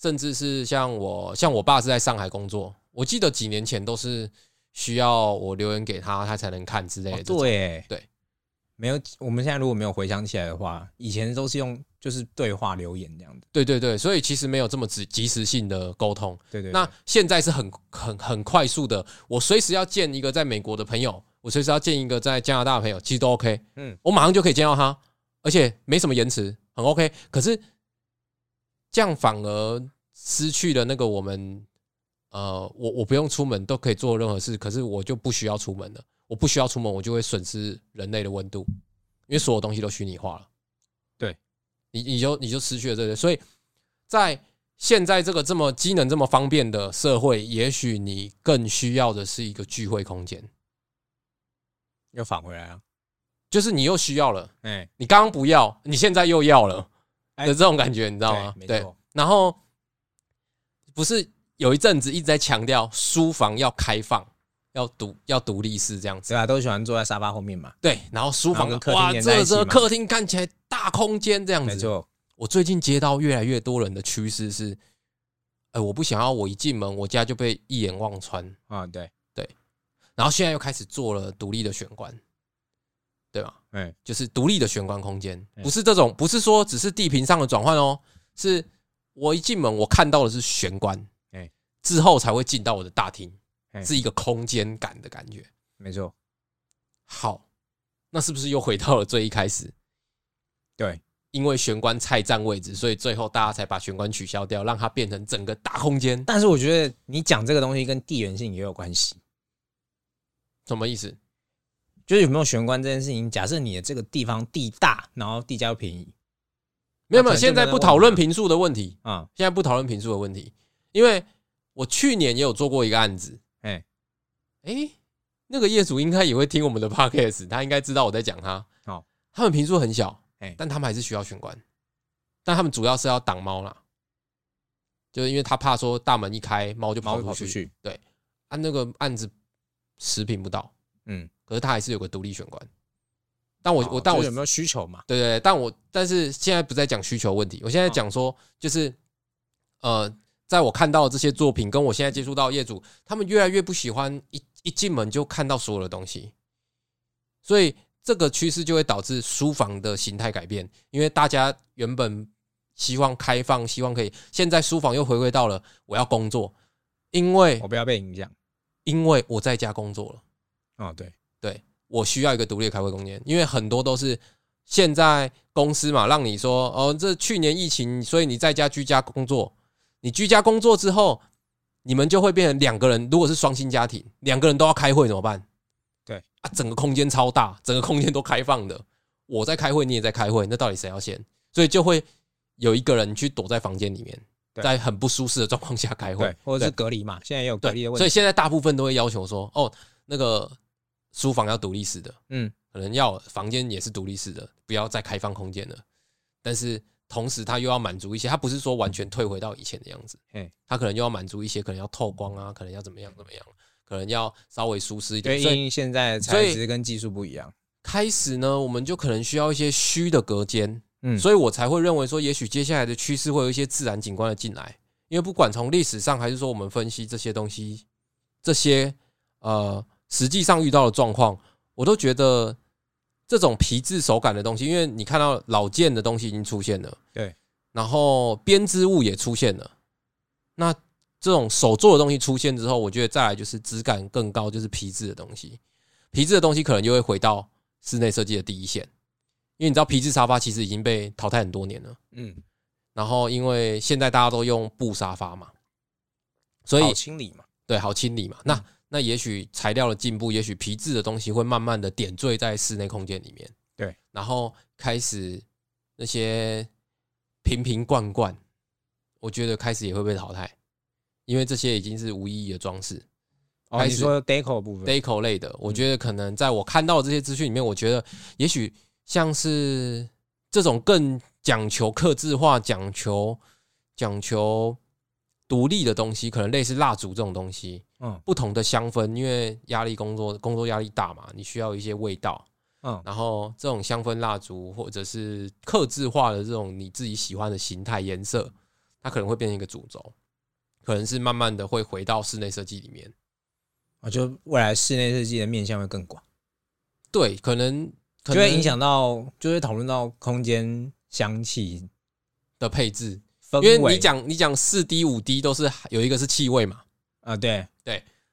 甚至是像我，像我爸是在上海工作，我记得几年前都是需要我留言给他，他才能看之类的哦这种。对对，没有，我们现在如果没有回想起来的话，以前都是用就是对话留言这样的，对对对，所以其实没有这么及及时性的沟通。对对那现在是很很很快速的，我随时要见一个在美国的朋友，我随时要见一个在加拿大的朋友，其实都 OK。嗯嗯，我马上就可以见到他，而且没什么延迟，很 OK。可是这样反而失去了那个我们，呃，我我不用出门都可以做任何事，可是我就不需要出门了。我不需要出门，我就会损失人类的温度，因为所有东西都虚拟化了。对，你你就你就失去了这些，所以在现在这个这么机能这么方便的社会，也许你更需要的是一个聚会空间，又返回来了，就是你又需要了，哎，你刚刚不要，你现在又要了哎的这种感觉，你知道吗对？没啊对错，然后不是有一阵子一直在强调书房要开放，要独要独立式这样子。对啊吧？都喜欢坐在沙发后面嘛，对，然后书房然后跟客厅哇，连在一这起这嘛客厅看起来大空间这样没子。错，我最近接到越来越多人的趋势是，哎，我不想要我一进门我家就被一眼望穿，啊，对，然后现在又开始做了独立的玄关，对吧？哎，就是独立的玄关空间，嗯不是这种，不是说只是地平上的转换哦，是我一进门我看到的是玄关哎，之后才会进到我的大厅，哎是一个空间感的感觉。没错，好，那是不是又回到了最一开始？对，因为玄关菜占位置，所以最后大家才把玄关取消掉，让它变成整个大空间。但是我觉得你讲这个东西跟地缘性也有关系，什么意思？就是有没有玄关这件事情。假设你的这个地方地大，然后地价又便宜没有没那可有，能现在就不没有讨论问题平数的问题，啊，现在不讨论平数的问题，因为我去年也有做过一个案子，哎，诶，那个业主应该也会听我们的 podcast，他应该知道我在讲他。哦，他们平数很小，哎但他们还是需要玄关，但他们主要是要挡猫啦，就是因为他怕说大门一开，猫就猫跑会跑出去。出去，按那个案子十平不到，嗯，可是他还是有个独立玄关。但我哦我但我就是有没有需求嘛？对对，对但我但是现在不在讲需求问题，我现在讲说就是，呃，在我看到这些作品，跟我现在接触到业主，他们越来越不喜欢一一进门就看到所有的东西，所以这个趋势就会导致书房的形态改变，因为大家原本希望开放，希望可以，现在书房又回归到了我要工作，因为我不要被影响因为我在家工作了。哦，对，我需要一个独立的开会空间，因为很多都是现在公司嘛，让你说哦，这去年疫情，所以你在家居家工作，你居家工作之后，你们就会变成两个人，如果是双薪家庭，两个人都要开会怎么办？对啊，整个空间超大，整个空间都开放的，我在开会，你也在开会，那到底谁要先？所以就会有一个人去躲在房间里面，对在很不舒适的状况下开会对，，或者是隔离嘛，现在也有隔离的问所以题，现在大部分都会要求说，哦，那个书房要独立式的，嗯，可能要房间也是独立式的，不要再开放空间了。但是同时，它又要满足一些，它不是说完全退回到以前的样子嘿，它可能又要满足一些，可能要透光啊，可能要怎么样怎么样，可能要稍微舒适一因为点。所以因为现在材质跟技术不一样，开始呢，我们就可能需要一些虚的隔间，嗯所以我才会认为说，也许接下来的趋势会有一些自然景观的进来，因为不管从历史上还是说我们分析这些东西，这些呃实际上遇到的状况，我都觉得这种皮质手感的东西，因为你看到老件的东西已经出现了，对，然后编织物也出现了，那这种手做的东西出现之后，我觉得再来就是质感更高，就是皮质的东西，皮质的东西可能就会回到室内设计的第一线。因为你知道皮质沙发其实已经被淘汰很多年了，嗯，然后因为现在大家都用布沙发嘛，所以好清嗯理嘛，对好清理嘛。那那也许材料的进步，也许皮质的东西会慢慢的点缀在室内空间里面，对，然后开始那些瓶瓶罐罐，我觉得开始也会被淘汰，因为这些已经是无意义的装饰。哦，开你始说 deco 部分， deco 类的，我觉得可能在我看到的这些资讯里面，我觉得也许像是这种更讲求克制化、讲求讲求独立的东西，可能类似蜡烛这种东西，嗯不同的香氛，因为压力工作工作压力大嘛，你需要一些味道。嗯然后这种香氛蜡烛或者是刻制化的这种你自己喜欢的形态颜色，它可能会变成一个主轴，可能是慢慢的会回到室内设计里面。我觉得哦未来室内设计的面向会更广，对，可能可就能会影响到，就会讨论到空间香气的配置，氛围。因为你讲你讲四 D 五 D 都是有一个是气味嘛，啊，对，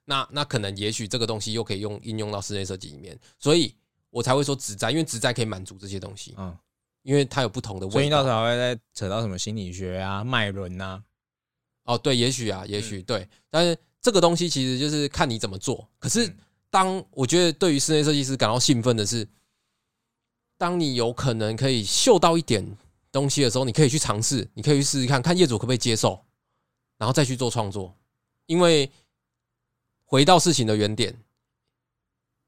那那可能也许这个东西又可以用应用到室内设计里面，所以我才会说植栽，因为植栽可以满足这些东西，嗯，因为它有不同的所味以道到时。候还会再扯到什么心理学啊、脉轮啊，哦，对，也许啊，也许、对，但是这个东西其实就是看你怎么做。可是嗯当我觉得对于室内设计师感到兴奋的是，当你有可能可以嗅到一点东西的时候，你可以去尝试，你可以去试试看，看业主可不可以接受，然后再去做创作。因为回到事情的原点，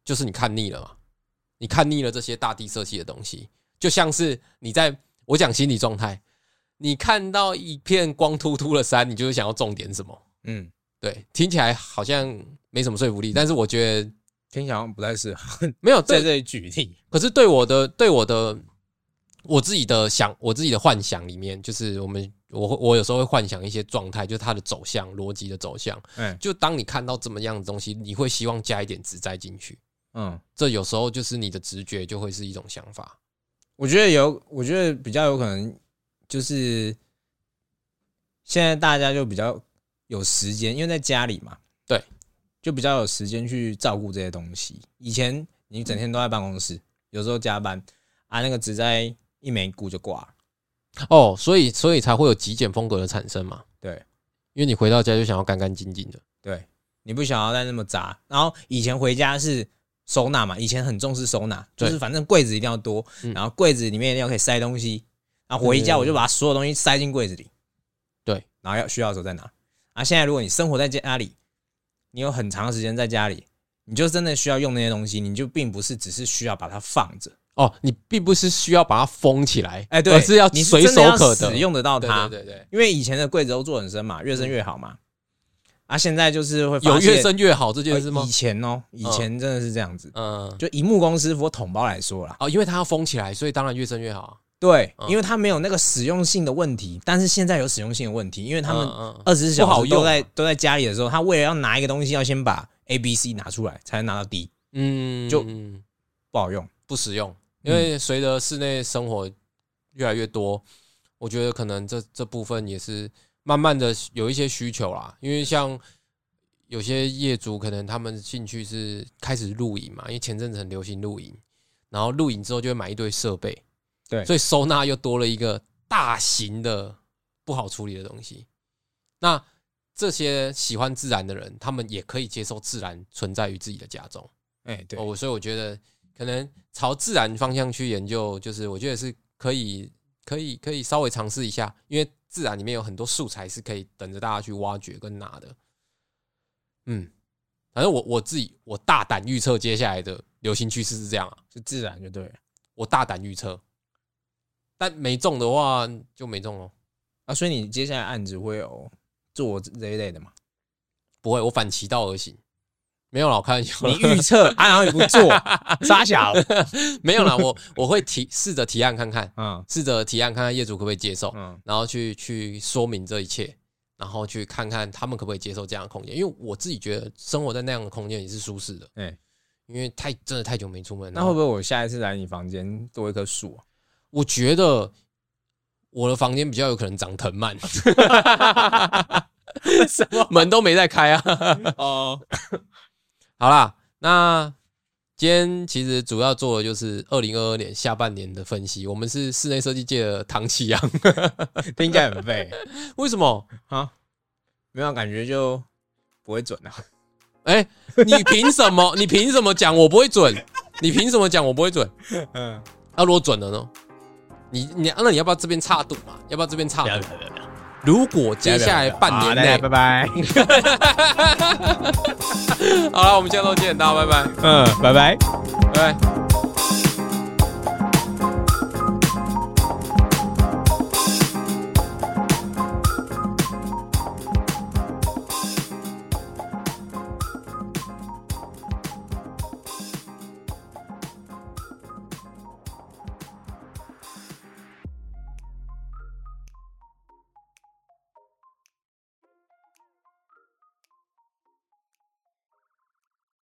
就是你看腻了嘛，你看腻了这些大地色系的东西，就像是你在我讲心理状态，你看到一片光秃秃的山，你就是想要种点什么。嗯，对，听起来好像没什么说服力，但是我觉得听起来好像不太适合 没有在对，这里举例。可是对我的对我的我自己的想我自己的幻想里面，就是我们我会我有时候会幻想一些状态，就是它的走向逻辑的走向。嗯就当你看到这么样的东西，你会希望加一点植栽进去。嗯，这有时候就是你的直觉就会是一种想法。我觉得有，我觉得比较有可能就是现在大家就比较有时间，因为在家里嘛，对，就比较有时间去照顾这些东西。以前你整天都在办公室，有时候加班啊，那个只在一枚股就挂了。哦，所以所以才会有极简风格的产生嘛。对，因为你回到家就想要干干净净的。对，你不想要再那么杂。然后以前回家是收纳嘛，以前很重视收纳，就对是反正柜子一定要多，嗯然后柜子里面一定要可以塞东西。然后回家我就把所有东西塞进柜子里，对，然后要需要的时候再拿。啊，现在如果你生活在家里，你有很长的时间在家里，你就真的需要用那些东西，你就并不是只是需要把它放着，哦，你并不是需要把它封起来，哎，对，而是要你随真的手要可得使。用得到对它对，对对，因为以前的柜子都做很深嘛，越深越好嘛。啊，现在就是会有发现越深越好这件事呃吗以？前哦，以前真的是这样子。嗯，就呃以木公司或桶包来说啦，哦，因为它要封起来，所以当然越深越好啊。对，嗯因为它没有那个使用性的问题，但是现在有使用性的问题，因为他们嗯嗯二十四小不好时用都啊在都在家里的时候，他为了要拿一个东西，要先把 A、B、C 拿出来，才能拿到 D，嗯就就不好用。不实用，因为随着室内生活越来越多，我觉得可能这这部分也是慢慢的有一些需求啦。因为像有些业主可能他们兴趣是开始露营嘛，因为前阵子很流行露营，然后露营之后就会买一堆设备，对所以收纳又多了一个大型的不好处理的东西。那这些喜欢自然的人，他们也可以接受自然存在于自己的家中。哎、对，哦，所以我觉得可能朝自然方向去研究，就是我觉得是可以、可以、可以稍微尝试一下，因为自然里面有很多素材是可以等着大家去挖掘跟拿的。嗯，反正我我自己我大胆预测接下来的流行趋势是这样啊，就自然就对了我大胆预测，但没中的话就没中哦，啊。所以你接下来案子会有做这一类的嘛？不会，我反其道而行，没有啦，我开玩笑啦，你预测，啊、然后你不做，傻小， 没有啦，我我会提试着提案看看，嗯试着提案看看业主可不可以接受，嗯然后去去说明这一切，然后去看看他们可不可以接受这样的空间。因为我自己觉得生活在那样的空间也是舒适的，哎，因为太真的太久没出门。那会不会我下一次来你房间多一棵 树、啊？我觉得我的房间比较有可能长藤蔓， 什么？门都没在开啊。哦，好啦，那今天其实主要做的就是二零二二年下半年的分析。我们是室内设计界的唐启阳， 听起来很废。为什么？啊，没有感觉就不会准啊。哎、你凭什么？你凭什么讲我不会准？你凭什么讲我不会准？嗯，啊，如果准了呢？你你、啊那你要不要这边插赌嘛？要不要这边插不要赌？不要不要，如果接下来半年好大家内拜，拜。好了，我们下周见，大家拜拜，嗯，拜拜。拜拜。